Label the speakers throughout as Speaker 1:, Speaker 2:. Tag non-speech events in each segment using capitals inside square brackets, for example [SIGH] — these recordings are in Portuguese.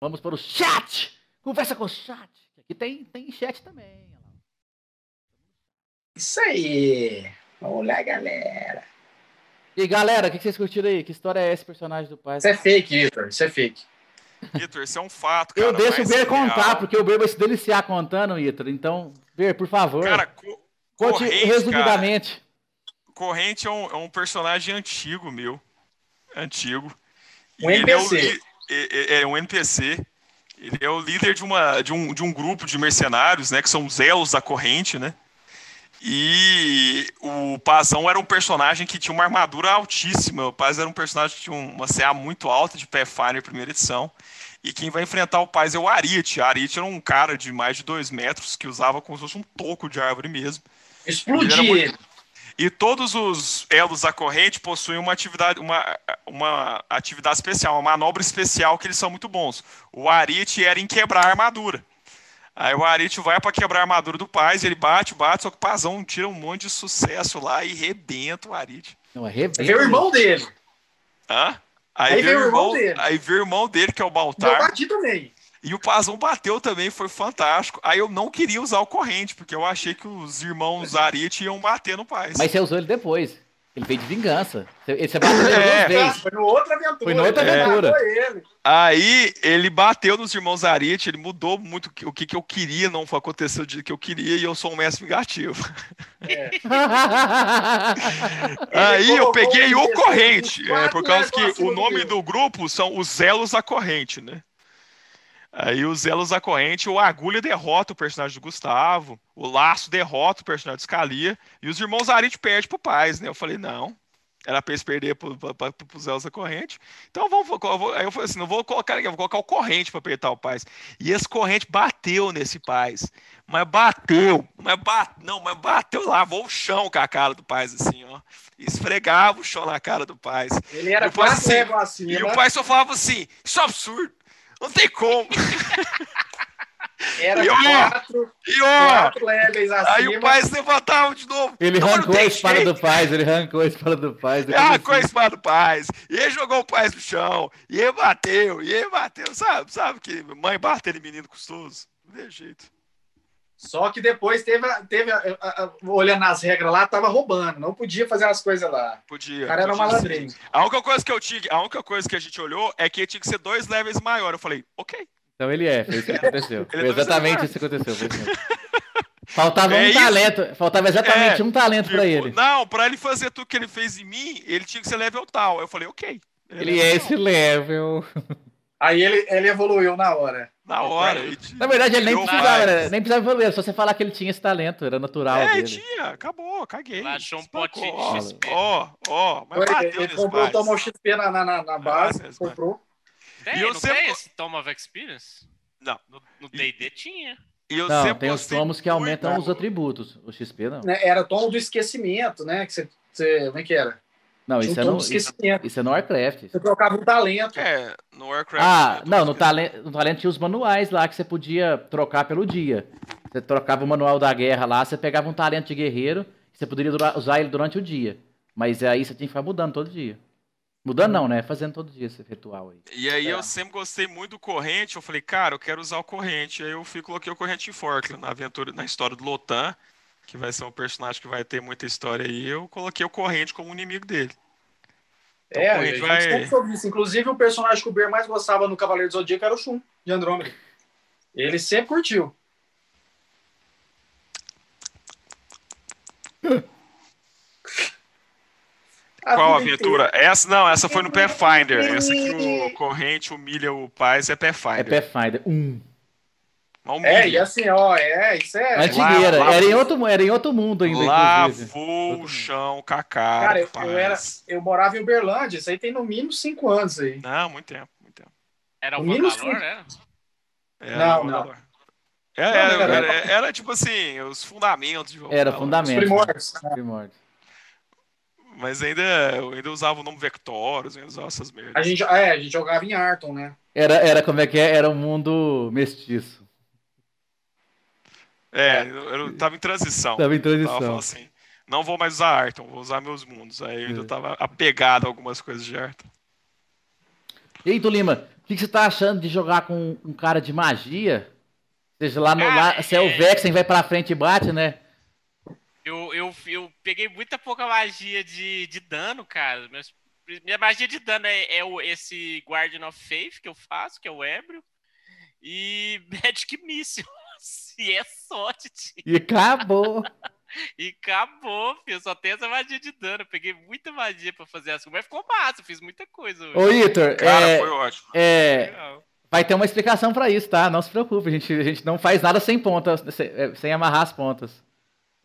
Speaker 1: Vamos para o chat! Conversa com o chat! Aqui tem, tem chat também.
Speaker 2: Isso aí! Vamos lá, galera!
Speaker 1: E galera, o que vocês curtiram aí? Que história é esse personagem do pai?
Speaker 2: Isso é fake, Vitor. Isso é fake.
Speaker 3: Vitor, isso é um fato, cara.
Speaker 1: Eu deixo o
Speaker 3: mas
Speaker 1: Ber
Speaker 3: é real.
Speaker 1: contar, porque o Ber vai se deliciar contando, Ítalo. Então, Ber, por favor,
Speaker 3: Cara, co-
Speaker 1: conte
Speaker 3: corrente,
Speaker 1: resumidamente.
Speaker 3: Corrente é um, é um personagem antigo meu. Antigo.
Speaker 2: Um
Speaker 3: ele é o
Speaker 2: NPC.
Speaker 3: li- É, é- é um NPC. Ele é o líder de, uma, de, um, de um grupo de mercenários, né? Que são os elos da corrente, né? E o Pazão era um personagem que tinha uma armadura altíssima. O Paz era um personagem que tinha uma CA muito alta de Pathfinder primeira edição. E quem vai enfrentar o Paz é o Arit. O Arit era um cara de mais de dois metros que usava como se fosse um toco de árvore mesmo.
Speaker 2: Explodir
Speaker 3: Ele era
Speaker 2: ele.
Speaker 3: E todos os elos da corrente possuem uma atividade, uma, uma atividade especial, uma manobra especial que eles são muito bons. O Arit era em quebrar a armadura. Aí o Arit vai para quebrar a armadura do Paz, ele bate, bate, só que o Pazão tira um monte de sucesso lá e rebenta o Arit.
Speaker 1: Não, é arrebenta.
Speaker 2: Vê é o irmão dele.
Speaker 3: Hã? Aí, veio o irmão, dele. aí veio o irmão dele, que é o
Speaker 2: Tá. Eu
Speaker 3: Baltar.
Speaker 2: bati também.
Speaker 3: E o Pazão bateu também, foi fantástico. Aí eu não queria usar o corrente, porque eu achei que os irmãos Arit iam bater no Paz.
Speaker 1: Mas você usou ele depois. Ele veio de vingança. Você- Ele se bateu
Speaker 3: [LAUGHS] É.
Speaker 1: duas
Speaker 2: Ah,
Speaker 1: vezes.
Speaker 2: Foi no outra aventura.
Speaker 1: Foi noutra
Speaker 2: Ele
Speaker 1: aventura.
Speaker 2: matou ele.
Speaker 3: Aí ele bateu nos irmãos Arete, ele mudou muito o que- o que, que eu queria, não foi- aconteceu do jeito que eu queria, e eu sou um mestre vingativo.
Speaker 2: Ele
Speaker 3: Aí eu
Speaker 2: colocou
Speaker 3: peguei
Speaker 2: um
Speaker 3: o
Speaker 2: desses
Speaker 3: corrente, é,
Speaker 2: quatro
Speaker 3: por causa
Speaker 2: negócios
Speaker 3: que o
Speaker 2: no
Speaker 3: nome
Speaker 2: meu.
Speaker 3: do grupo são os Elos da Corrente, né? Aí os Elos da Corrente, o Agulha derrota o personagem do Gustavo, o Laço derrota o personagem do Scalia, e os irmãos Arete perdem pro Paz, né? Eu falei, não. Era pra eles perderem pro, pra, pra, pros Elos da Corrente. Então vamos. eu vou- aí eu falei assim: não vou colocar ninguém, vou colocar o corrente pra apertar o Paz. E esse corrente bateu nesse Paz. Mas bateu, mas bateu, não, mas bateu lá, voou o chão com a cara do Paz, assim, ó. Esfregava o chão na cara do Paz.
Speaker 2: Ele era
Speaker 3: Eu falei
Speaker 2: quatro
Speaker 3: assim,
Speaker 2: negócios
Speaker 3: E
Speaker 2: acima.
Speaker 3: o Paz só falava assim: isso é um absurdo, não
Speaker 2: [LAUGHS]
Speaker 3: tem como.
Speaker 2: Era
Speaker 3: e eu-
Speaker 2: quatro,
Speaker 3: E ó,
Speaker 2: quatro levels
Speaker 3: aí o
Speaker 2: acima.
Speaker 3: Paz levantava de novo.
Speaker 1: Ele
Speaker 3: Então Não, não
Speaker 1: arrancou a
Speaker 3: tem
Speaker 1: espada
Speaker 3: jeito.
Speaker 1: do Paz, ele arrancou a espada do Paz.
Speaker 3: É uma coisa para do Paz. E ele jogou o Paz no chão. E ele bateu, e ele bateu. Sabe, sabe que mãe batendo em menino custoso? Não tem jeito.
Speaker 2: Só que depois teve, a- teve a- a- a- olhando as regras lá, tava roubando. Não podia fazer as coisas lá.
Speaker 3: Podia.
Speaker 2: O cara era um
Speaker 3: podia ser.
Speaker 2: malandrinho.
Speaker 3: A única coisa que eu tinha, a única coisa que a gente olhou é que tinha que ser dois levels maior. Eu falei, ok.
Speaker 1: Então ele é, foi isso que aconteceu. Foi
Speaker 3: [LAUGHS] Ele é do
Speaker 1: exatamente
Speaker 3: Brasil.
Speaker 1: isso que aconteceu. foi
Speaker 3: [LAUGHS]
Speaker 1: isso mesmo. Faltava
Speaker 3: É
Speaker 1: um
Speaker 3: isso.
Speaker 1: talento, faltava exatamente
Speaker 3: É,
Speaker 1: um talento pra
Speaker 3: Tipo,
Speaker 1: ele.
Speaker 3: Não, pra ele fazer tudo que ele fez em mim, ele tinha que ser level tal. Eu falei, ok.
Speaker 1: Ele
Speaker 3: level
Speaker 1: é
Speaker 3: tal.
Speaker 1: esse level.
Speaker 2: Aí ele, ele evoluiu na hora.
Speaker 3: Na hora. ele tinha-
Speaker 1: Na verdade, ele nem
Speaker 3: Meu
Speaker 1: precisava,
Speaker 3: pai.
Speaker 1: né? nem precisava evoluir. Só você falar que ele tinha esse talento, era natural
Speaker 3: É,
Speaker 1: dele.
Speaker 3: tinha, acabou, caguei.
Speaker 4: Ela achou um
Speaker 3: Espancou,
Speaker 4: potinho
Speaker 3: ó,
Speaker 1: de
Speaker 4: XP.
Speaker 3: Ó, ó, mas
Speaker 2: Foi, ele
Speaker 3: bateu
Speaker 2: ele
Speaker 3: nesse
Speaker 2: comprou,
Speaker 3: Paz.
Speaker 2: tomou o XP na, na, na, na base,
Speaker 3: Ah, esse
Speaker 2: comprou.
Speaker 3: E
Speaker 4: Tem,
Speaker 3: eu
Speaker 4: não
Speaker 3: sempre-
Speaker 4: tem esse Tome of Experience?
Speaker 3: Não.
Speaker 4: No no D&D tinha.
Speaker 3: E eu
Speaker 1: Não,
Speaker 3: sempre
Speaker 1: tem os
Speaker 3: gostei
Speaker 1: tomos que aumentam
Speaker 3: muito- né?
Speaker 1: os atributos. O XP não.
Speaker 2: né? Era o tom do esquecimento, né? Que você, você, como é que era?
Speaker 1: Não,
Speaker 2: Tinha um
Speaker 1: isso é
Speaker 2: tom
Speaker 1: no,
Speaker 2: do
Speaker 1: isso,
Speaker 2: esquecimento.
Speaker 1: isso é no Warcraft.
Speaker 2: Você trocava um talento.
Speaker 3: É, no Warcraft. né,
Speaker 1: Ah,
Speaker 3: eu tô
Speaker 1: não, no
Speaker 3: esquecendo.
Speaker 1: talento, no talento tinha os manuais lá que você podia trocar pelo dia. Você trocava o manual da guerra lá, você pegava um talento de guerreiro, você poderia dura- usar ele durante o dia. Mas aí você tinha que ficar mudando todo dia. Mudando não, né? Fazendo todo dia esse ritual aí.
Speaker 3: E aí
Speaker 2: É.
Speaker 3: eu sempre gostei muito do corrente. Eu falei, cara, eu quero usar o corrente. Aí eu fui, coloquei o corrente em Forkland na aventura, na história do Lotan, que vai ser um personagem que vai ter muita história aí. Eu coloquei o corrente como inimigo dele.
Speaker 2: É,
Speaker 3: Então,
Speaker 2: a
Speaker 3: ele
Speaker 2: gente
Speaker 3: vai-
Speaker 2: sempre soube isso. Inclusive, o personagem que o Ber mais gostava no Cavaleiro do Zodíaco era o Shun, de Andrômeda. Ele sempre curtiu.
Speaker 3: Qual
Speaker 2: vida
Speaker 3: aventura? Essa não, essa foi no Pathfinder.
Speaker 2: Ele-
Speaker 3: Essa que o corrente humilha o Paz é
Speaker 1: É
Speaker 3: Pathfinder.
Speaker 1: Pathfinder. Um.
Speaker 3: Não humilha.
Speaker 2: É, e assim, ó, é, isso é.
Speaker 1: Antigueira.
Speaker 3: lá-
Speaker 1: era, em outro, mu- era em outro mundo ainda, né, inclusive.
Speaker 3: Lavou o chão, Kaká.
Speaker 2: Cara, eu, eu era, eu morava em Uberlândia, isso aí tem no mínimo cinco anos aí.
Speaker 3: Não, muito tempo, muito tempo.
Speaker 4: Era o
Speaker 2: No mínimo,
Speaker 4: Mandalor, né?
Speaker 3: Era
Speaker 2: Não, não.
Speaker 3: o Mandalor. É, era,
Speaker 2: Não, não,
Speaker 3: era- era tipo assim, os fundamentos de
Speaker 1: Era
Speaker 3: Mandalor.
Speaker 2: Os
Speaker 1: fundamento.
Speaker 2: primórdios. né?
Speaker 1: Primórdio.
Speaker 3: Mas ainda, eu ainda usava o nome Vectoros, ainda usava essas merdas.
Speaker 2: A gente, é, a gente jogava em Arton, né?
Speaker 1: Era, era como é que é? Era um mundo mestiço.
Speaker 3: É, eu, eu tava em transição.
Speaker 1: Tava em
Speaker 3: Eu tava falando
Speaker 1: transição.
Speaker 3: assim, não vou mais usar Arton, vou usar meus mundos. Aí eu ainda
Speaker 1: É.
Speaker 3: tava apegado a algumas coisas de Arton.
Speaker 1: E aí, Tulima, que, que você tá achando de jogar com um cara de magia? Ou seja, lá no.
Speaker 4: Cara,
Speaker 1: lá, se é o
Speaker 4: é-
Speaker 1: Vexen, vai pra frente e bate, né?
Speaker 4: Eu, eu, eu peguei muita pouca magia de, de dano, cara. Meus- minha magia de dano é, é o, esse Guardian of Faith que eu faço, que é o ébrio. E [LAUGHS] Magic Missile. E é sorte, tio.
Speaker 1: E
Speaker 3: [LAUGHS]
Speaker 1: acabou.
Speaker 4: E acabou, filho. Só tem essa magia de dano. Eu peguei muita magia pra fazer as coisas. Mas ficou massa, eu fiz muita coisa. velho.
Speaker 1: Ô, Itor,
Speaker 3: Cara,
Speaker 1: é,
Speaker 3: foi ótimo.
Speaker 1: é,
Speaker 4: Legal.
Speaker 1: vai ter uma explicação pra isso, tá? Não se preocupe, a gente, a gente não faz nada sem pontas, sem, é, sem amarrar as pontas.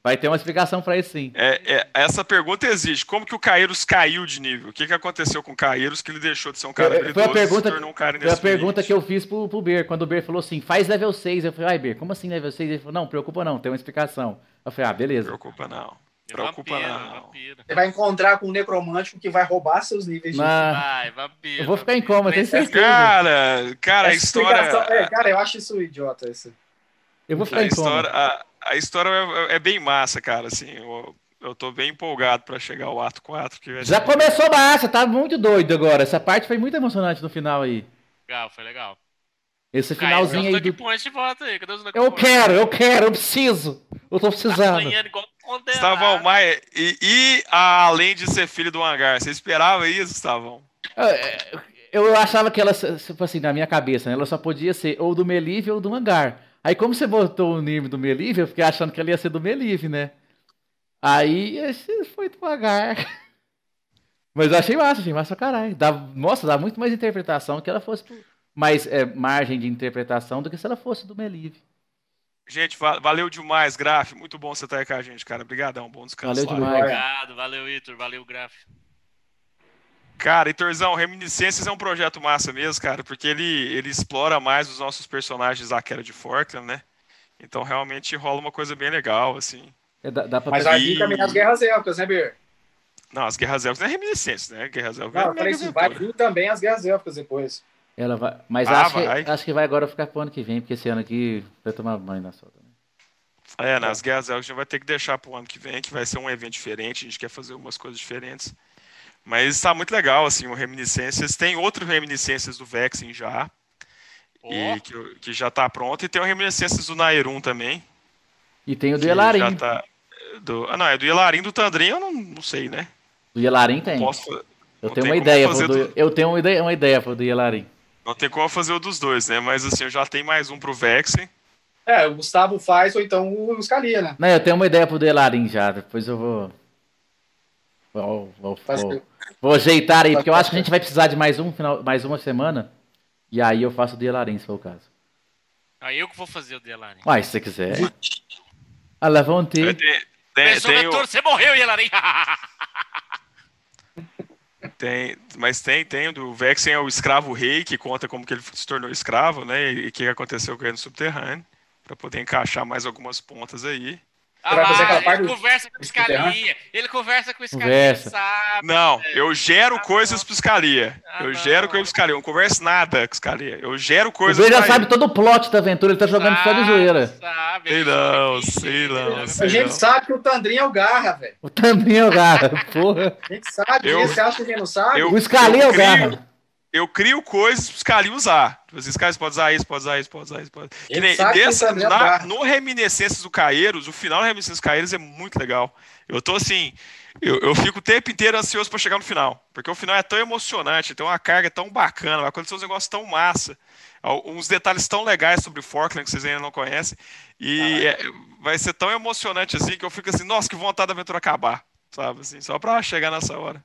Speaker 1: Vai ter uma explicação pra isso, sim.
Speaker 3: É, é, essa pergunta existe. Como que o Caíros caiu de nível? O que, que aconteceu com o Caíros que ele deixou de ser um cara
Speaker 1: É, é, foi a
Speaker 3: habilidoso e
Speaker 1: pergunta-
Speaker 3: se tornou um cara
Speaker 1: Foi a pergunta
Speaker 3: inexperiente?
Speaker 1: que eu fiz pro, pro Ber, quando o Ber falou assim, faz level 6. Eu falei, ai, Ber, como assim level 6? Ele falou, não, preocupa não, tem uma explicação. Eu falei, ah,
Speaker 3: Não
Speaker 1: beleza.
Speaker 3: preocupa, não.
Speaker 4: Virou
Speaker 3: Preocupa
Speaker 4: vampiro,
Speaker 3: não.
Speaker 4: vampiro.
Speaker 2: Você vai encontrar com um necromântico que vai roubar seus níveis de.
Speaker 1: Na-
Speaker 4: Vai, vampiro.
Speaker 1: eu vou ficar em
Speaker 4: vampiro.
Speaker 1: coma, tenho
Speaker 4: Três-
Speaker 1: certeza.
Speaker 3: Cara, cara, a
Speaker 2: Essa explicação-
Speaker 3: história.
Speaker 2: é, cara, eu acho isso idiota. Isso.
Speaker 1: Eu vou ficar
Speaker 3: A
Speaker 1: em coma.
Speaker 3: história, a, a história é, é bem massa, cara. Assim, eu, eu tô bem empolgado pra chegar ao ato 4. Que vai
Speaker 1: Já
Speaker 3: ser-
Speaker 1: começou massa, tá muito doido agora. Essa parte foi muito emocionante no final aí.
Speaker 4: Legal, foi legal.
Speaker 1: Esse
Speaker 4: Cara,
Speaker 1: finalzinho
Speaker 4: Ah, eu
Speaker 1: aí
Speaker 4: tô
Speaker 1: do.
Speaker 4: aqui pro Anjo de volta aí. Cadê os Lucky
Speaker 1: Eu
Speaker 4: Punch?
Speaker 1: quero, eu quero, eu preciso. Eu tô
Speaker 4: Tá
Speaker 1: precisando.
Speaker 4: apanhando igual um condenado.
Speaker 3: Gustavão Maia, e, e a- além de ser filho do hangar, você esperava isso, Gustavão?
Speaker 1: Eu, eu achava que ela, tipo assim, na minha cabeça, né, ela só podia ser ou do Melive ou do Mangar. Aí, como você botou o nome do Melive, eu fiquei achando que ela ia ser do Melive, né? Aí, esse foi do Mangar. [LAUGHS] Mas eu achei massa, achei massa pra caralho. Dá, nossa, dá muito mais interpretação que ela fosse. pro- Mais é, margem de interpretação do que se ela fosse do Melive.
Speaker 3: Gente, va- valeu demais, Graf. Muito bom você estar aí com a gente, cara. Obrigadão, bom descanso.
Speaker 1: Valeu
Speaker 3: lá.
Speaker 1: demais.
Speaker 4: Obrigado, valeu, Vitor. Valeu, Graf.
Speaker 3: Cara, Itorzão, Reminiscências é um projeto massa mesmo, cara, porque ele, ele explora mais os nossos personagens da queda de Forkland, né? Então realmente rola uma coisa bem legal, assim.
Speaker 1: É, dá, dá pra
Speaker 2: Mas
Speaker 1: pegar-
Speaker 3: aí-
Speaker 2: vai vir também as guerras élficas, né, Bir?
Speaker 3: Não, as Guerras Elfas não é Reminiscências, né? Guerras Elfas é
Speaker 2: Não, eu
Speaker 3: mega
Speaker 2: falei assim, vai
Speaker 3: aventura.
Speaker 2: vir também as guerras élficas depois.
Speaker 1: Ela vai. Mas
Speaker 3: Ah,
Speaker 1: acho,
Speaker 3: vai.
Speaker 1: Que, acho que vai agora ficar pro ano que vem, porque esse ano aqui vai tomar banho na né? solta.
Speaker 3: É, nas Guerras Elfas a gente vai ter que deixar pro ano que vem, que vai ser um evento diferente, a gente quer fazer umas coisas diferentes. Mas tá muito legal, assim, o Reminiscências. Tem outro Reminiscências do Vexen já,
Speaker 4: Ó,
Speaker 3: e que, que já tá pronto. E tem o Reminiscências do Nairun também.
Speaker 1: E tem o É do
Speaker 3: que já
Speaker 1: Yelarim.
Speaker 3: tá- do- ah, não, é do Elarim, do Tandrin, eu não, não sei, né?
Speaker 1: Do Yelarim tem.
Speaker 3: Posso-
Speaker 1: eu
Speaker 3: não
Speaker 1: tenho
Speaker 3: tem
Speaker 1: uma
Speaker 3: como
Speaker 1: ideia.
Speaker 3: fazer
Speaker 1: pro do-
Speaker 3: tudo.
Speaker 1: Eu tenho uma ideia, uma ideia pro do Yelarim.
Speaker 3: não tem como eu fazer o dos dois, né? Mas assim, eu já tenho mais um pro Vexen.
Speaker 2: É, o Gustavo faz ou então o Muscalia, né?
Speaker 1: Não, eu tenho uma ideia pro do Yelarim já. Depois eu vou. Vou, vou,
Speaker 2: Faz
Speaker 1: vou, vou ajeitar aí, porque eu acho que a gente vai precisar de mais um final, mais uma semana. E aí eu faço o do Yelarim, se for o caso.
Speaker 4: Aí eu que vou fazer o Delane.
Speaker 1: Mas se você quiser. Ah, Ela vão
Speaker 3: Tem,
Speaker 1: ter.
Speaker 3: tem,
Speaker 4: Pessoal,
Speaker 3: tem, o-
Speaker 4: Vitor, é você morreu, [LAUGHS] Ah, Yelarim.
Speaker 3: tem- mas tem, tem o do Vexen é o escravo rei, que conta como que ele se tornou escravo, né? E o que aconteceu com ele no subterrâneo, Pra poder encaixar mais algumas pontas aí.
Speaker 4: Ah
Speaker 2: vai fazer aquela
Speaker 4: lá,
Speaker 2: parte
Speaker 4: ele
Speaker 2: do-
Speaker 4: conversa com o
Speaker 2: do Scalia?
Speaker 4: Scalia. Ele conversa com o Scalia,
Speaker 1: Conversa.
Speaker 4: sabe?
Speaker 3: Não, eu gero
Speaker 4: Ah,
Speaker 3: coisas pro Scalia.
Speaker 4: Ah,
Speaker 3: Eu
Speaker 4: não.
Speaker 3: gero coisas pro Scalia. Eu não converso nada com o Scalia. Eu gero
Speaker 1: O
Speaker 3: coisas
Speaker 1: B já
Speaker 3: pra Ah,
Speaker 1: sabe
Speaker 3: ele.
Speaker 1: todo o plot da aventura, ele tá jogando só de zoeira.
Speaker 4: Ah, Sabe?
Speaker 3: Sei
Speaker 4: Ele-
Speaker 3: não,
Speaker 4: ele-
Speaker 3: sei
Speaker 4: ele-
Speaker 3: não,
Speaker 2: A
Speaker 3: sei
Speaker 2: gente
Speaker 3: não.
Speaker 2: sabe que o Tandrin é o Garra, velho.
Speaker 1: Eu também, eu cara. Porra.
Speaker 2: A gente sabe
Speaker 3: Eu-
Speaker 2: disso. Você acha que ninguém não sabe?
Speaker 3: eu-
Speaker 1: O Scalia é
Speaker 3: eu
Speaker 1: o
Speaker 3: crio-
Speaker 1: cara.
Speaker 3: Eu crio coisas pro Scalia usar. Tipo assim, Scalia, você pode usar isso, pode usar isso, pode usar isso. Pode... Que
Speaker 2: Ele
Speaker 3: nem-
Speaker 2: sabe que
Speaker 3: dessa-
Speaker 2: ele tá
Speaker 3: na-
Speaker 2: vendo a
Speaker 3: no Reminiscências do Caeiros, o final do Reminiscências do Caeiros é muito legal. Eu tô assim, eu, eu fico o tempo inteiro ansioso pra chegar no final, porque o final é tão emocionante, tem uma carga tão bacana, vai acontecer uns negócios tão massa, al- uns detalhes tão legais sobre Forkland que vocês ainda não conhecem, e é- vai ser tão emocionante assim que eu fico assim, nossa, que vontade da aventura acabar, sabe? Assim, só pra chegar nessa hora.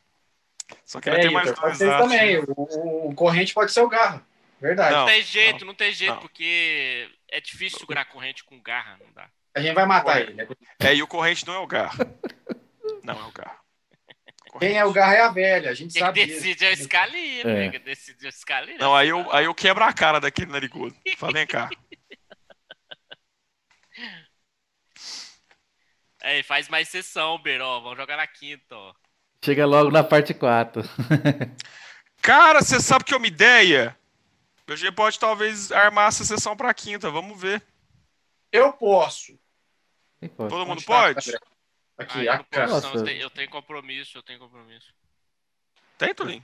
Speaker 3: Só que
Speaker 2: É,
Speaker 3: ainda tem
Speaker 2: Igor,
Speaker 3: mais
Speaker 2: pode
Speaker 3: dois
Speaker 2: ser isso
Speaker 3: atos.
Speaker 2: também. O, o corrente pode ser o Garra. Verdade.
Speaker 3: Não.
Speaker 4: Não tem jeito, não, tem jeito,
Speaker 3: não.
Speaker 4: porque é difícil segurar corrente com garra, não dá.
Speaker 2: A gente vai matar ele. né?
Speaker 3: É, e o corrente não é o Gar. Não é o Gar.
Speaker 2: Quem é o Garra é a velha. A gente
Speaker 4: Quem
Speaker 2: sabe disso.
Speaker 4: decide é o Scalia,
Speaker 1: É.
Speaker 4: né? Quem decide é o Scalia.
Speaker 3: Não, aí eu, aí eu quebro a cara daquele narigudo. Fala, vem cá.
Speaker 4: É, faz mais sessão, Beró. Vamos jogar na quinta, ó.
Speaker 1: Chega logo na parte 4.
Speaker 3: Cara, você sabe que é uma ideia? O G pode talvez armar essa sessão pra quinta, vamos ver.
Speaker 2: Eu posso.
Speaker 1: Tem coisa.
Speaker 3: Todo mundo
Speaker 2: Onde tá,
Speaker 3: pode?
Speaker 2: André?
Speaker 4: Ah,
Speaker 2: Aqui,
Speaker 4: eu, não
Speaker 2: a
Speaker 4: posso,
Speaker 2: cara.
Speaker 1: Nossa.
Speaker 4: não, eu, tenho, eu tenho compromisso, eu tenho compromisso.
Speaker 3: Tem, Tulim?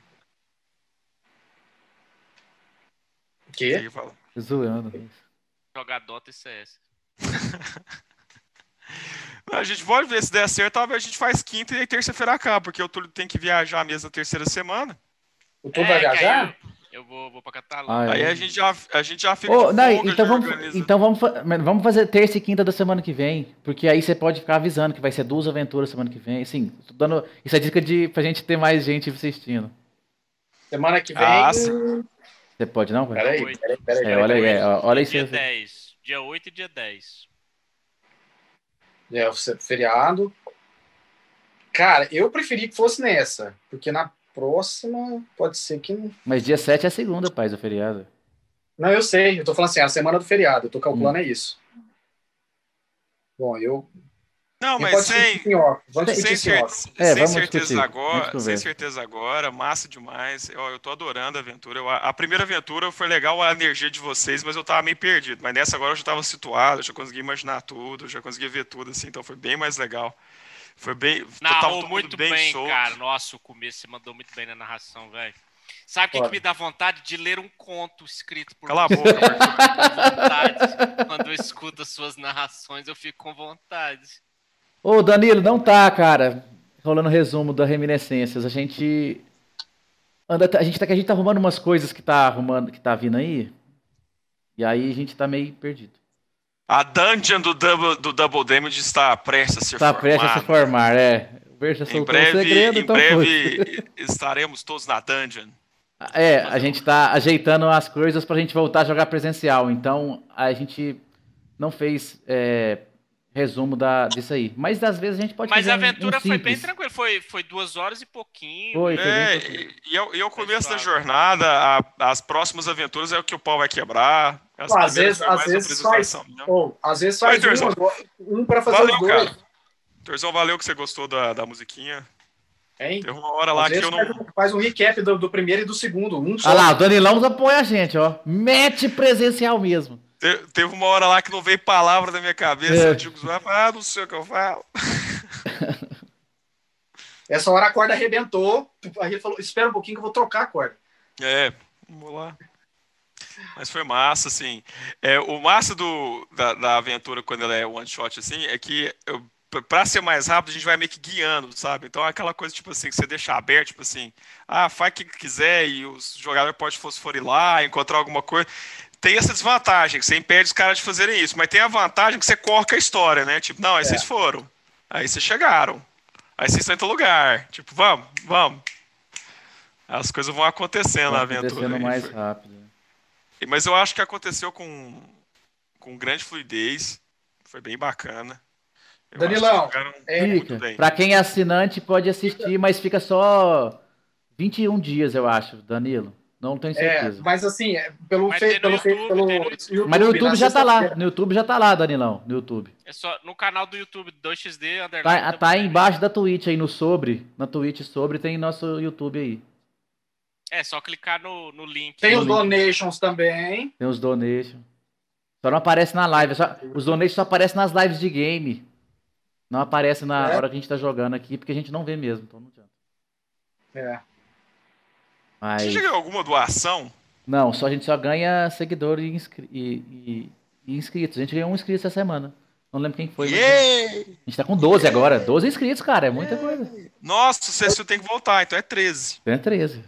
Speaker 2: Que?
Speaker 3: Você fala.
Speaker 1: Zoando.
Speaker 4: Jogar Dota e CS.
Speaker 3: A gente pode ver se der certo, talvez a gente faz quinta e terça-feira acaba, porque o Túlio tem que viajar mesmo na terceira semana.
Speaker 2: O Túlio
Speaker 4: É,
Speaker 2: vai
Speaker 4: que aí
Speaker 2: viajar?
Speaker 4: eu- Eu vou, vou pra Catalã.
Speaker 1: Ah, é.
Speaker 3: Aí a gente já, a gente já fica.
Speaker 1: Ô,
Speaker 3: de
Speaker 1: não,
Speaker 3: folga,
Speaker 1: então,
Speaker 3: já
Speaker 1: vamos,
Speaker 3: organiza.
Speaker 1: então vamos, fa- mas vamos fazer terça e quinta da semana que vem, porque aí você pode ficar avisando que vai ser duas aventuras semana que vem. Assim, tô dando, isso é dica de, pra gente ter mais gente assistindo.
Speaker 2: Semana que vem.
Speaker 3: Ah, sim.
Speaker 1: Você pode não? velho?
Speaker 2: Peraí, peraí, peraí.
Speaker 1: É, olha aí, é, ó, olha isso.
Speaker 4: Dia
Speaker 1: aí.
Speaker 4: 10. Dia 8 e dia 10.
Speaker 2: É, o se- feriado. Cara, eu preferi que fosse nessa, porque na próxima pode ser que não.
Speaker 1: Mas dia 7 é segunda, pai, do feriado.
Speaker 2: Não, eu sei, eu tô falando assim, a semana do feriado, eu tô calculando é isso. Bom, eu.
Speaker 3: Não,
Speaker 2: eu
Speaker 3: mas
Speaker 2: posso
Speaker 3: sem,
Speaker 2: discutir em off, Vamos
Speaker 1: sem-
Speaker 2: discutir
Speaker 3: sem,
Speaker 2: isso
Speaker 3: cer-
Speaker 2: em off.
Speaker 1: É,
Speaker 3: sem
Speaker 1: vamos
Speaker 3: certezas
Speaker 1: discutir, vamos
Speaker 3: agora, sem
Speaker 1: conversar.
Speaker 3: certeza agora, massa demais. Eu, eu tô adorando a aventura. Eu- a, a primeira aventura foi legal a energia de vocês, mas eu tava meio perdido. Mas nessa agora eu já tava situado, eu já consegui imaginar tudo, eu já consegui ver tudo, assim, então foi bem mais legal. Foi bem. tava
Speaker 4: Narrou
Speaker 3: todo
Speaker 4: muito
Speaker 3: mundo
Speaker 4: bem,
Speaker 3: solto.
Speaker 4: cara. Nossa, o começo você mandou muito bem na narração, velho. Sabe o que que,
Speaker 2: Olha.
Speaker 4: me dá vontade? De ler um conto escrito por
Speaker 3: Cala a
Speaker 4: você.
Speaker 3: boca, Marcos.
Speaker 4: vontade. Quando eu escuto as suas narrações, eu fico com vontade.
Speaker 1: Ô, Danilo, não tá, cara. Rolando resumo da Reminiscências. A gente. Anda, a, gente tá, a gente tá arrumando umas coisas que tá arrumando, que tá vindo aí. E aí a gente tá meio perdido.
Speaker 3: A dungeon do Double, do Double Damage está prestes a ser
Speaker 1: Tá
Speaker 3: formada.
Speaker 1: prestes a se formar, é. O Bercha
Speaker 3: Em
Speaker 1: soltou
Speaker 3: breve,
Speaker 1: um segredo,
Speaker 3: em
Speaker 1: então foi. [LAUGHS]
Speaker 3: breve estaremos todos na dungeon.
Speaker 1: É, a gente tá ajeitando as coisas pra gente voltar a jogar presencial. Então, a gente não fez é, resumo da, disso aí. Mas às vezes a gente pode
Speaker 4: Mas
Speaker 1: fazer
Speaker 4: a
Speaker 1: um- um
Speaker 4: aventura foi bem
Speaker 1: simples.
Speaker 4: tranquila. Foi, foi duas horas e pouquinho.
Speaker 1: Foi, foi bem
Speaker 3: É,
Speaker 1: tranquilo.
Speaker 3: e, e ao- e ao começo da
Speaker 4: suave.
Speaker 3: jornada, a- as próximas aventuras é o que o pau vai quebrar. As
Speaker 2: Pô, às
Speaker 3: primeiras
Speaker 2: vezes-
Speaker 3: foi
Speaker 2: às
Speaker 3: mais
Speaker 2: vezes só
Speaker 3: apresentação mesmo.
Speaker 2: Ou, às vezes
Speaker 3: Vai,
Speaker 2: faz um,
Speaker 3: Terzão.
Speaker 2: agora- um pra fazer
Speaker 3: Valeu,
Speaker 2: os dois.
Speaker 3: cara. Torzão, valeu que você gostou da, da musiquinha.
Speaker 2: Hein?
Speaker 3: Teve uma hora lá
Speaker 2: Às
Speaker 3: que
Speaker 2: vezes
Speaker 3: eu não.
Speaker 2: faz, um, faz um recap do, do primeiro e do segundo. Um só.
Speaker 1: Olha lá, o Danilão apoia a gente, ó. Mete presencial mesmo.
Speaker 3: te- Teve uma hora lá que não veio palavra da minha cabeça.
Speaker 1: É.
Speaker 3: Eu digo, ah, não sei o que eu falo.
Speaker 2: Essa hora a corda arrebentou. Aí ele falou: espera um pouquinho que eu vou trocar a corda.
Speaker 3: É, vamos lá. Mas foi massa, assim. É, o massa do, da, da aventura, quando ela é one shot, assim, é que eu, pra- pra ser mais rápido, a gente vai meio que guiando, sabe? Então é aquela coisa, tipo assim, que você deixa aberto, tipo assim, ah, faz o que quiser e os jogadores podem fosforilar, encontrar alguma coisa. Tem essa desvantagem, que você impede os caras de fazerem isso, mas tem a vantagem que você corta a história, né? Tipo,
Speaker 1: É.
Speaker 3: não, aí vocês foram, aí vocês chegaram, aí vocês estão em outro lugar. Tipo, vamos, vamos. As coisas vão acontecendo na
Speaker 1: Tá
Speaker 3: É aventura.
Speaker 1: acontecendo
Speaker 3: aí.
Speaker 1: mais
Speaker 3: Foi-
Speaker 1: rápido.
Speaker 3: mas eu acho que aconteceu com, com grande fluidez. Foi bem bacana. Eu acho que
Speaker 2: Danilão,
Speaker 3: jogaram
Speaker 2: é-
Speaker 3: muito
Speaker 1: Fica.
Speaker 3: bem.
Speaker 1: Pra quem é assinante, pode assistir, mas fica só 21 dias, eu acho, Danilo. Não tenho
Speaker 2: É,
Speaker 1: certeza.
Speaker 2: mas assim, é, pelo,
Speaker 4: Mas
Speaker 2: fe,
Speaker 4: tem no
Speaker 2: pelo, fe-
Speaker 4: YouTube,
Speaker 2: pelo
Speaker 4: tem no
Speaker 2: YouTube,
Speaker 1: Mas no
Speaker 2: na
Speaker 1: YouTube já tá
Speaker 2: sexta-feira.
Speaker 1: lá. No YouTube já tá lá, Danilão. No YouTube.
Speaker 4: É só no canal do YouTube 2xd.
Speaker 1: Tá,
Speaker 4: underline,
Speaker 1: tá aí
Speaker 4: também.
Speaker 1: embaixo da Twitch aí no sobre. Na Twitch sobre tem nosso YouTube aí.
Speaker 4: É só clicar no, no link.
Speaker 2: Tem os
Speaker 1: No link.
Speaker 2: donations também.
Speaker 1: Tem os donations. Só não aparece na live. é só- os donations só aparecem nas lives de game. Não aparece na
Speaker 2: É?
Speaker 1: hora que a gente tá jogando aqui, porque a gente não vê mesmo. Então não adianta.
Speaker 2: É.
Speaker 1: Mas.
Speaker 3: Você já ganhou alguma doação?
Speaker 1: Não, só a gente só ganha seguidor e, inscri- e- e- e inscritos. A gente ganhou um inscrito essa semana. Não lembro quem foi. mas-
Speaker 3: Yay!
Speaker 1: A gente tá com 12 agora. 12 inscritos, cara. É muita coisa.
Speaker 3: Nossa, o Cecil tem que voltar, então é 13.
Speaker 1: Tem 13.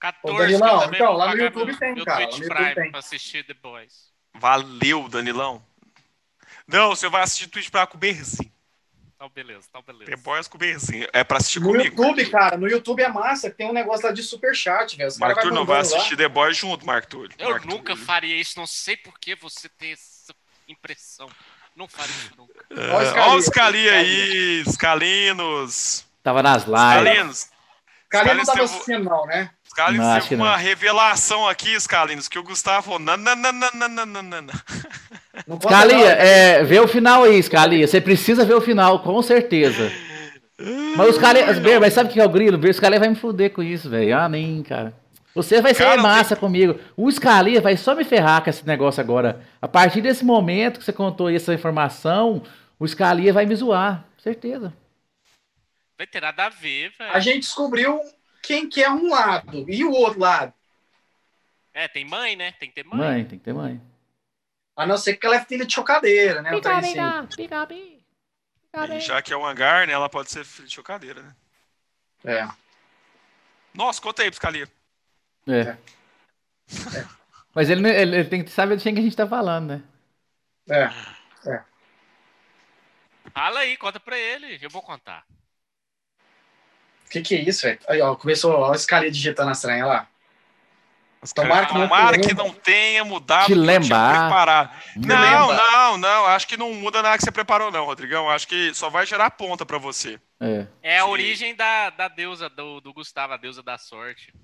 Speaker 4: 14
Speaker 2: Ô, Danilão,
Speaker 4: que eu também
Speaker 2: então,
Speaker 4: vou
Speaker 2: lá no
Speaker 4: pagar
Speaker 2: YouTube
Speaker 4: meu,
Speaker 2: tem,
Speaker 4: meu
Speaker 2: cara,
Speaker 4: Twitch
Speaker 2: lá no YouTube
Speaker 4: Prime
Speaker 2: tem.
Speaker 4: pra assistir The Boys.
Speaker 3: Valeu, Danilão. Não, você vai assistir Twitch pra com o Berzinho.
Speaker 4: Então, beleza, então, beleza.
Speaker 3: The Boys com o Berzinho. É pra assistir
Speaker 2: No
Speaker 3: comigo.
Speaker 2: YouTube, cara, no YouTube é massa, que tem um negócio lá de superchat, velho. Os caras
Speaker 3: Marco
Speaker 2: vai
Speaker 3: Túlio não vai
Speaker 2: mandando lá.
Speaker 3: assistir The Boys junto, Marco Túlio.
Speaker 4: Eu
Speaker 3: Marco
Speaker 4: nunca
Speaker 3: Túlio.
Speaker 4: faria isso, não sei por que você tem essa impressão. Não faria isso nunca.
Speaker 3: É,
Speaker 2: Ó o Scalia.
Speaker 3: Ó o Scalia aí, Scalinos.
Speaker 1: Tava nas lives.
Speaker 3: Scalinos.
Speaker 2: Cara, ele não tava
Speaker 3: Cara, esse eu-
Speaker 2: assistindo, não, né?
Speaker 3: Scalins,
Speaker 1: Não, acho
Speaker 3: teve
Speaker 1: que não.
Speaker 3: uma revelação aqui, Scalins, que o Gustavo. nanananananana.
Speaker 2: Não conta,
Speaker 1: Scalia,
Speaker 2: não.
Speaker 1: é, vê o final aí, Scalia. Você precisa ver o final, com certeza. Mas os caras. Mas sabe o que é o grilo? O Scalia vai me fuder com isso, velho. Ah, nem, cara. Você vai ser
Speaker 3: Cara,
Speaker 1: massa comigo. O Scalia vai só me ferrar com esse negócio agora. A partir desse momento que você contou essa informação, o Scalia vai me zoar. Certeza.
Speaker 4: Vai ter nada a ver,
Speaker 2: A
Speaker 4: velho.
Speaker 2: gente descobriu quem que é um lado e o outro lado.
Speaker 4: É, tem mãe, né? Tem que ter mãe.
Speaker 1: Mãe, tem que ter mãe.
Speaker 2: A não ser que ela é filha de chocadeira, né? Um trem assim.
Speaker 5: picape.
Speaker 3: E já que é um hangar, né? Ela pode ser filha de chocadeira, né?
Speaker 2: É.
Speaker 3: Nossa, conta aí, Piscalia.
Speaker 1: É. Mas ele, ele, ele tem que saber de quem que a gente tá falando, né?
Speaker 2: É.
Speaker 4: Fala aí, conta pra ele. Eu vou contar.
Speaker 2: O que, que é isso, velho? Aí, ó, começou ó, a escalinha digitando as trem lá.
Speaker 3: Os
Speaker 2: Tomara
Speaker 3: caras-
Speaker 2: que não
Speaker 3: Tomara
Speaker 2: tenha
Speaker 3: que não tenha mudado.
Speaker 1: Te
Speaker 3: porque eu tinha
Speaker 1: lembrar.
Speaker 3: preparado.
Speaker 1: Me
Speaker 3: Não,
Speaker 2: lembra.
Speaker 3: não, não. Acho que não muda nada que você preparou, não, Rodrigão. Acho que só vai gerar ponta pra você.
Speaker 1: É.
Speaker 4: É a
Speaker 3: Sim.
Speaker 4: origem da, da deusa, do, do Gustavo, a deusa da sorte.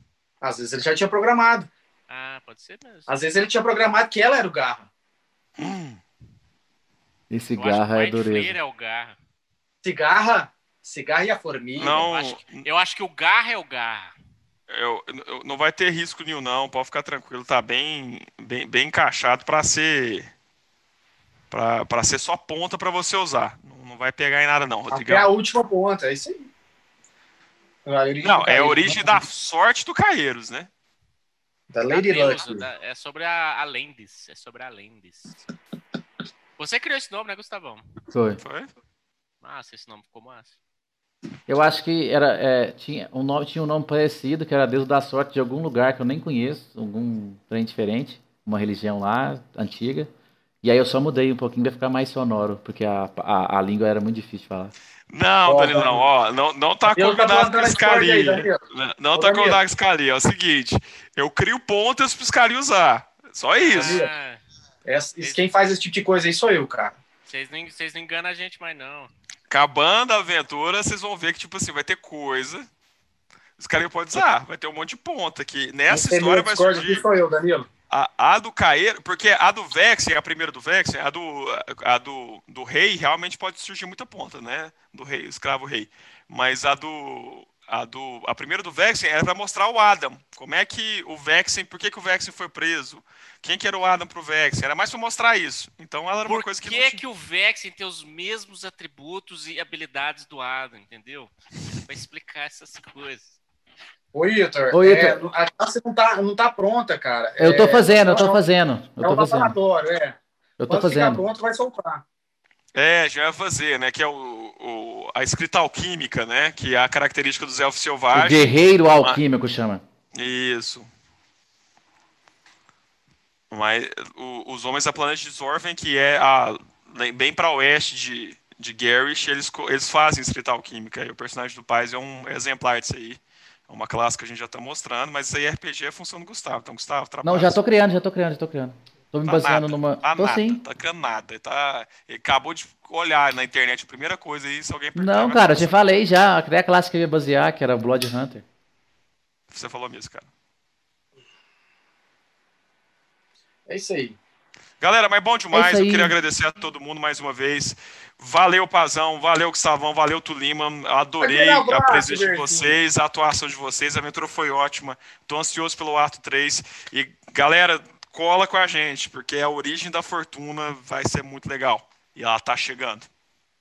Speaker 2: Às vezes ele já tinha programado.
Speaker 4: Ah, pode ser mesmo.
Speaker 2: Às vezes ele tinha programado que ela era o garra.
Speaker 1: Esse
Speaker 4: Eu acho que o
Speaker 1: garra é
Speaker 4: Mind Flayer
Speaker 1: dureza.
Speaker 4: é o garra.
Speaker 2: Cigarra, cigarra e a formiga.
Speaker 3: Não,
Speaker 4: Eu acho que, eu acho que o garra é o garra.
Speaker 3: eu- eu- não vai ter risco nenhum, não. Pode ficar tranquilo. Tá bem, bem, bem encaixado pra ser. Pra, pra ser só ponta pra você usar. Não, não vai pegar em nada, não,
Speaker 2: Até a
Speaker 3: Rodrigão.
Speaker 2: última ponta, é isso aí. A origem
Speaker 3: Não,
Speaker 2: do
Speaker 3: é a
Speaker 2: Caíros,
Speaker 3: origem
Speaker 2: né?
Speaker 3: da sorte do Caieiros, né?
Speaker 2: Da
Speaker 4: Da
Speaker 2: Lady
Speaker 4: deusa,
Speaker 2: Luck.
Speaker 4: da- é sobre a, a Lendis. É sobre a Lendis. Você criou esse nome, né, Gustavão?
Speaker 1: Foi.
Speaker 3: Foi?
Speaker 4: Massa, esse nome ficou massa.
Speaker 1: Eu acho que era, é, tinha, um nome, tinha um nome parecido, que era Deus da Sorte de algum lugar que eu nem conheço, algum trem diferente, uma religião lá, antiga. E aí eu só mudei um pouquinho pra ficar mais sonoro, porque a, a, a língua era muito difícil de falar.
Speaker 3: Não,
Speaker 2: Ó,
Speaker 3: Danilo, não, ó, não, não tá
Speaker 2: Danilo tá
Speaker 3: combinado
Speaker 2: plantando
Speaker 3: com o
Speaker 2: Discord aí,
Speaker 3: Scalia.
Speaker 2: Danilo.
Speaker 3: Não- Não
Speaker 2: Ô,
Speaker 3: tá
Speaker 2: Danilo.
Speaker 3: combinado com o Scalia. É o seguinte, eu crio pontas pro Scalia usar. Só isso.
Speaker 4: Ah,
Speaker 2: Essa- isso, quem faz esse tipo de coisa aí sou eu, cara.
Speaker 4: Vocês não, vocês não enganam a gente mais, não.
Speaker 3: Acabando a aventura, vocês vão ver que, tipo assim, vai ter coisa. Os caras podem usar, vai ter um monte de ponta que nessa
Speaker 2: Quem
Speaker 3: história
Speaker 2: leu o
Speaker 3: vai
Speaker 2: Discord aqui
Speaker 3: surgir
Speaker 2: sou eu, Danilo.
Speaker 3: a, a do Caeiro, porque a do Vexen, a primeira do Vexen, a do a do, do rei realmente pode surgir muita ponta, né? Do rei, escravo rei. Mas a do a do a primeira do Vexen era pra mostrar o Adam. Como é que o Vexen, por que, que o Vexen foi preso? Quem que era o Adam pro Vexen? Era mais pra mostrar isso. Então ela era uma
Speaker 4: Por
Speaker 3: coisa que
Speaker 4: que,
Speaker 3: não
Speaker 4: que o Vexen tem os mesmos atributos e habilidades do Adam, entendeu? Vai explicar essas coisas.
Speaker 2: Ô, Itator,
Speaker 1: Ô,
Speaker 2: é,
Speaker 1: Itator.
Speaker 2: a classe não tá, não tá pronta, cara.
Speaker 1: Eu tô
Speaker 2: é,
Speaker 1: fazendo, eu
Speaker 2: é
Speaker 1: tô
Speaker 2: um-
Speaker 1: fazendo, eu
Speaker 2: É um
Speaker 1: tô fazendo,
Speaker 2: laboratório, é.
Speaker 1: eu tô
Speaker 2: Quando ficar
Speaker 1: fazendo.
Speaker 2: pronto, vai soltar.
Speaker 3: É, já ia fazer, né? Que é o, o- a escrita alquímica, né? Que é a característica dos elfos
Speaker 1: O
Speaker 3: selvagens.
Speaker 1: guerreiro alquímico chama.
Speaker 3: Isso. Mas o- os homens da planeta de Zorven, que é a, bem pra oeste de, de Garrish, eles, co- eles fazem escrita alquímica. E o personagem do Paz é um exemplar disso aí. É uma classe que a gente já tá mostrando, mas isso aí RPG é função do Gustavo. Então, Gustavo,
Speaker 1: Não, já tô criando, já tô criando, já tô criando. Tô me
Speaker 3: Tá
Speaker 1: baseando
Speaker 3: nada,
Speaker 1: numa.
Speaker 3: Tá
Speaker 1: Tô
Speaker 3: nada,
Speaker 1: sim.
Speaker 3: tá criando nada. Tá, ele acabou de olhar na internet a primeira coisa aí, se alguém perguntar,
Speaker 1: Não,
Speaker 3: vai
Speaker 1: cara, eu
Speaker 3: falar,
Speaker 1: te falei já. Até a classe que eu ia basear, que era Blood Hunter.
Speaker 3: Você falou mesmo, cara.
Speaker 2: É isso aí.
Speaker 3: Galera, mas bom demais.
Speaker 1: É isso
Speaker 3: eu
Speaker 1: aí.
Speaker 3: queria agradecer a todo mundo mais uma vez. Valeu, Pazão. Valeu, Gustavão. Valeu, Tulima. Adorei
Speaker 2: Aquele abraço,
Speaker 3: a presença de
Speaker 2: Bertinho.
Speaker 3: vocês, a atuação de vocês. A aventura foi ótima. Tô ansioso pelo ato 3. E, galera, cola com a gente, porque a origem da fortuna vai ser muito legal. E ela tá chegando.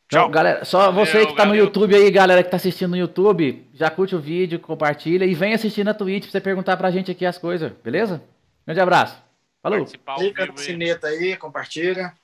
Speaker 3: Tchau.
Speaker 1: Então, galera, só
Speaker 4: Valeu,
Speaker 1: você que tá no
Speaker 4: valeu.
Speaker 1: YouTube aí, galera que tá assistindo no YouTube, já curte o vídeo, compartilha e vem assistir na Twitch pra você perguntar pra gente aqui as coisas, beleza? Grande abraço. Falou!
Speaker 4: Participar ao
Speaker 2: Clica
Speaker 4: vivo
Speaker 2: no
Speaker 4: aí.
Speaker 2: sineta aí, compartilha.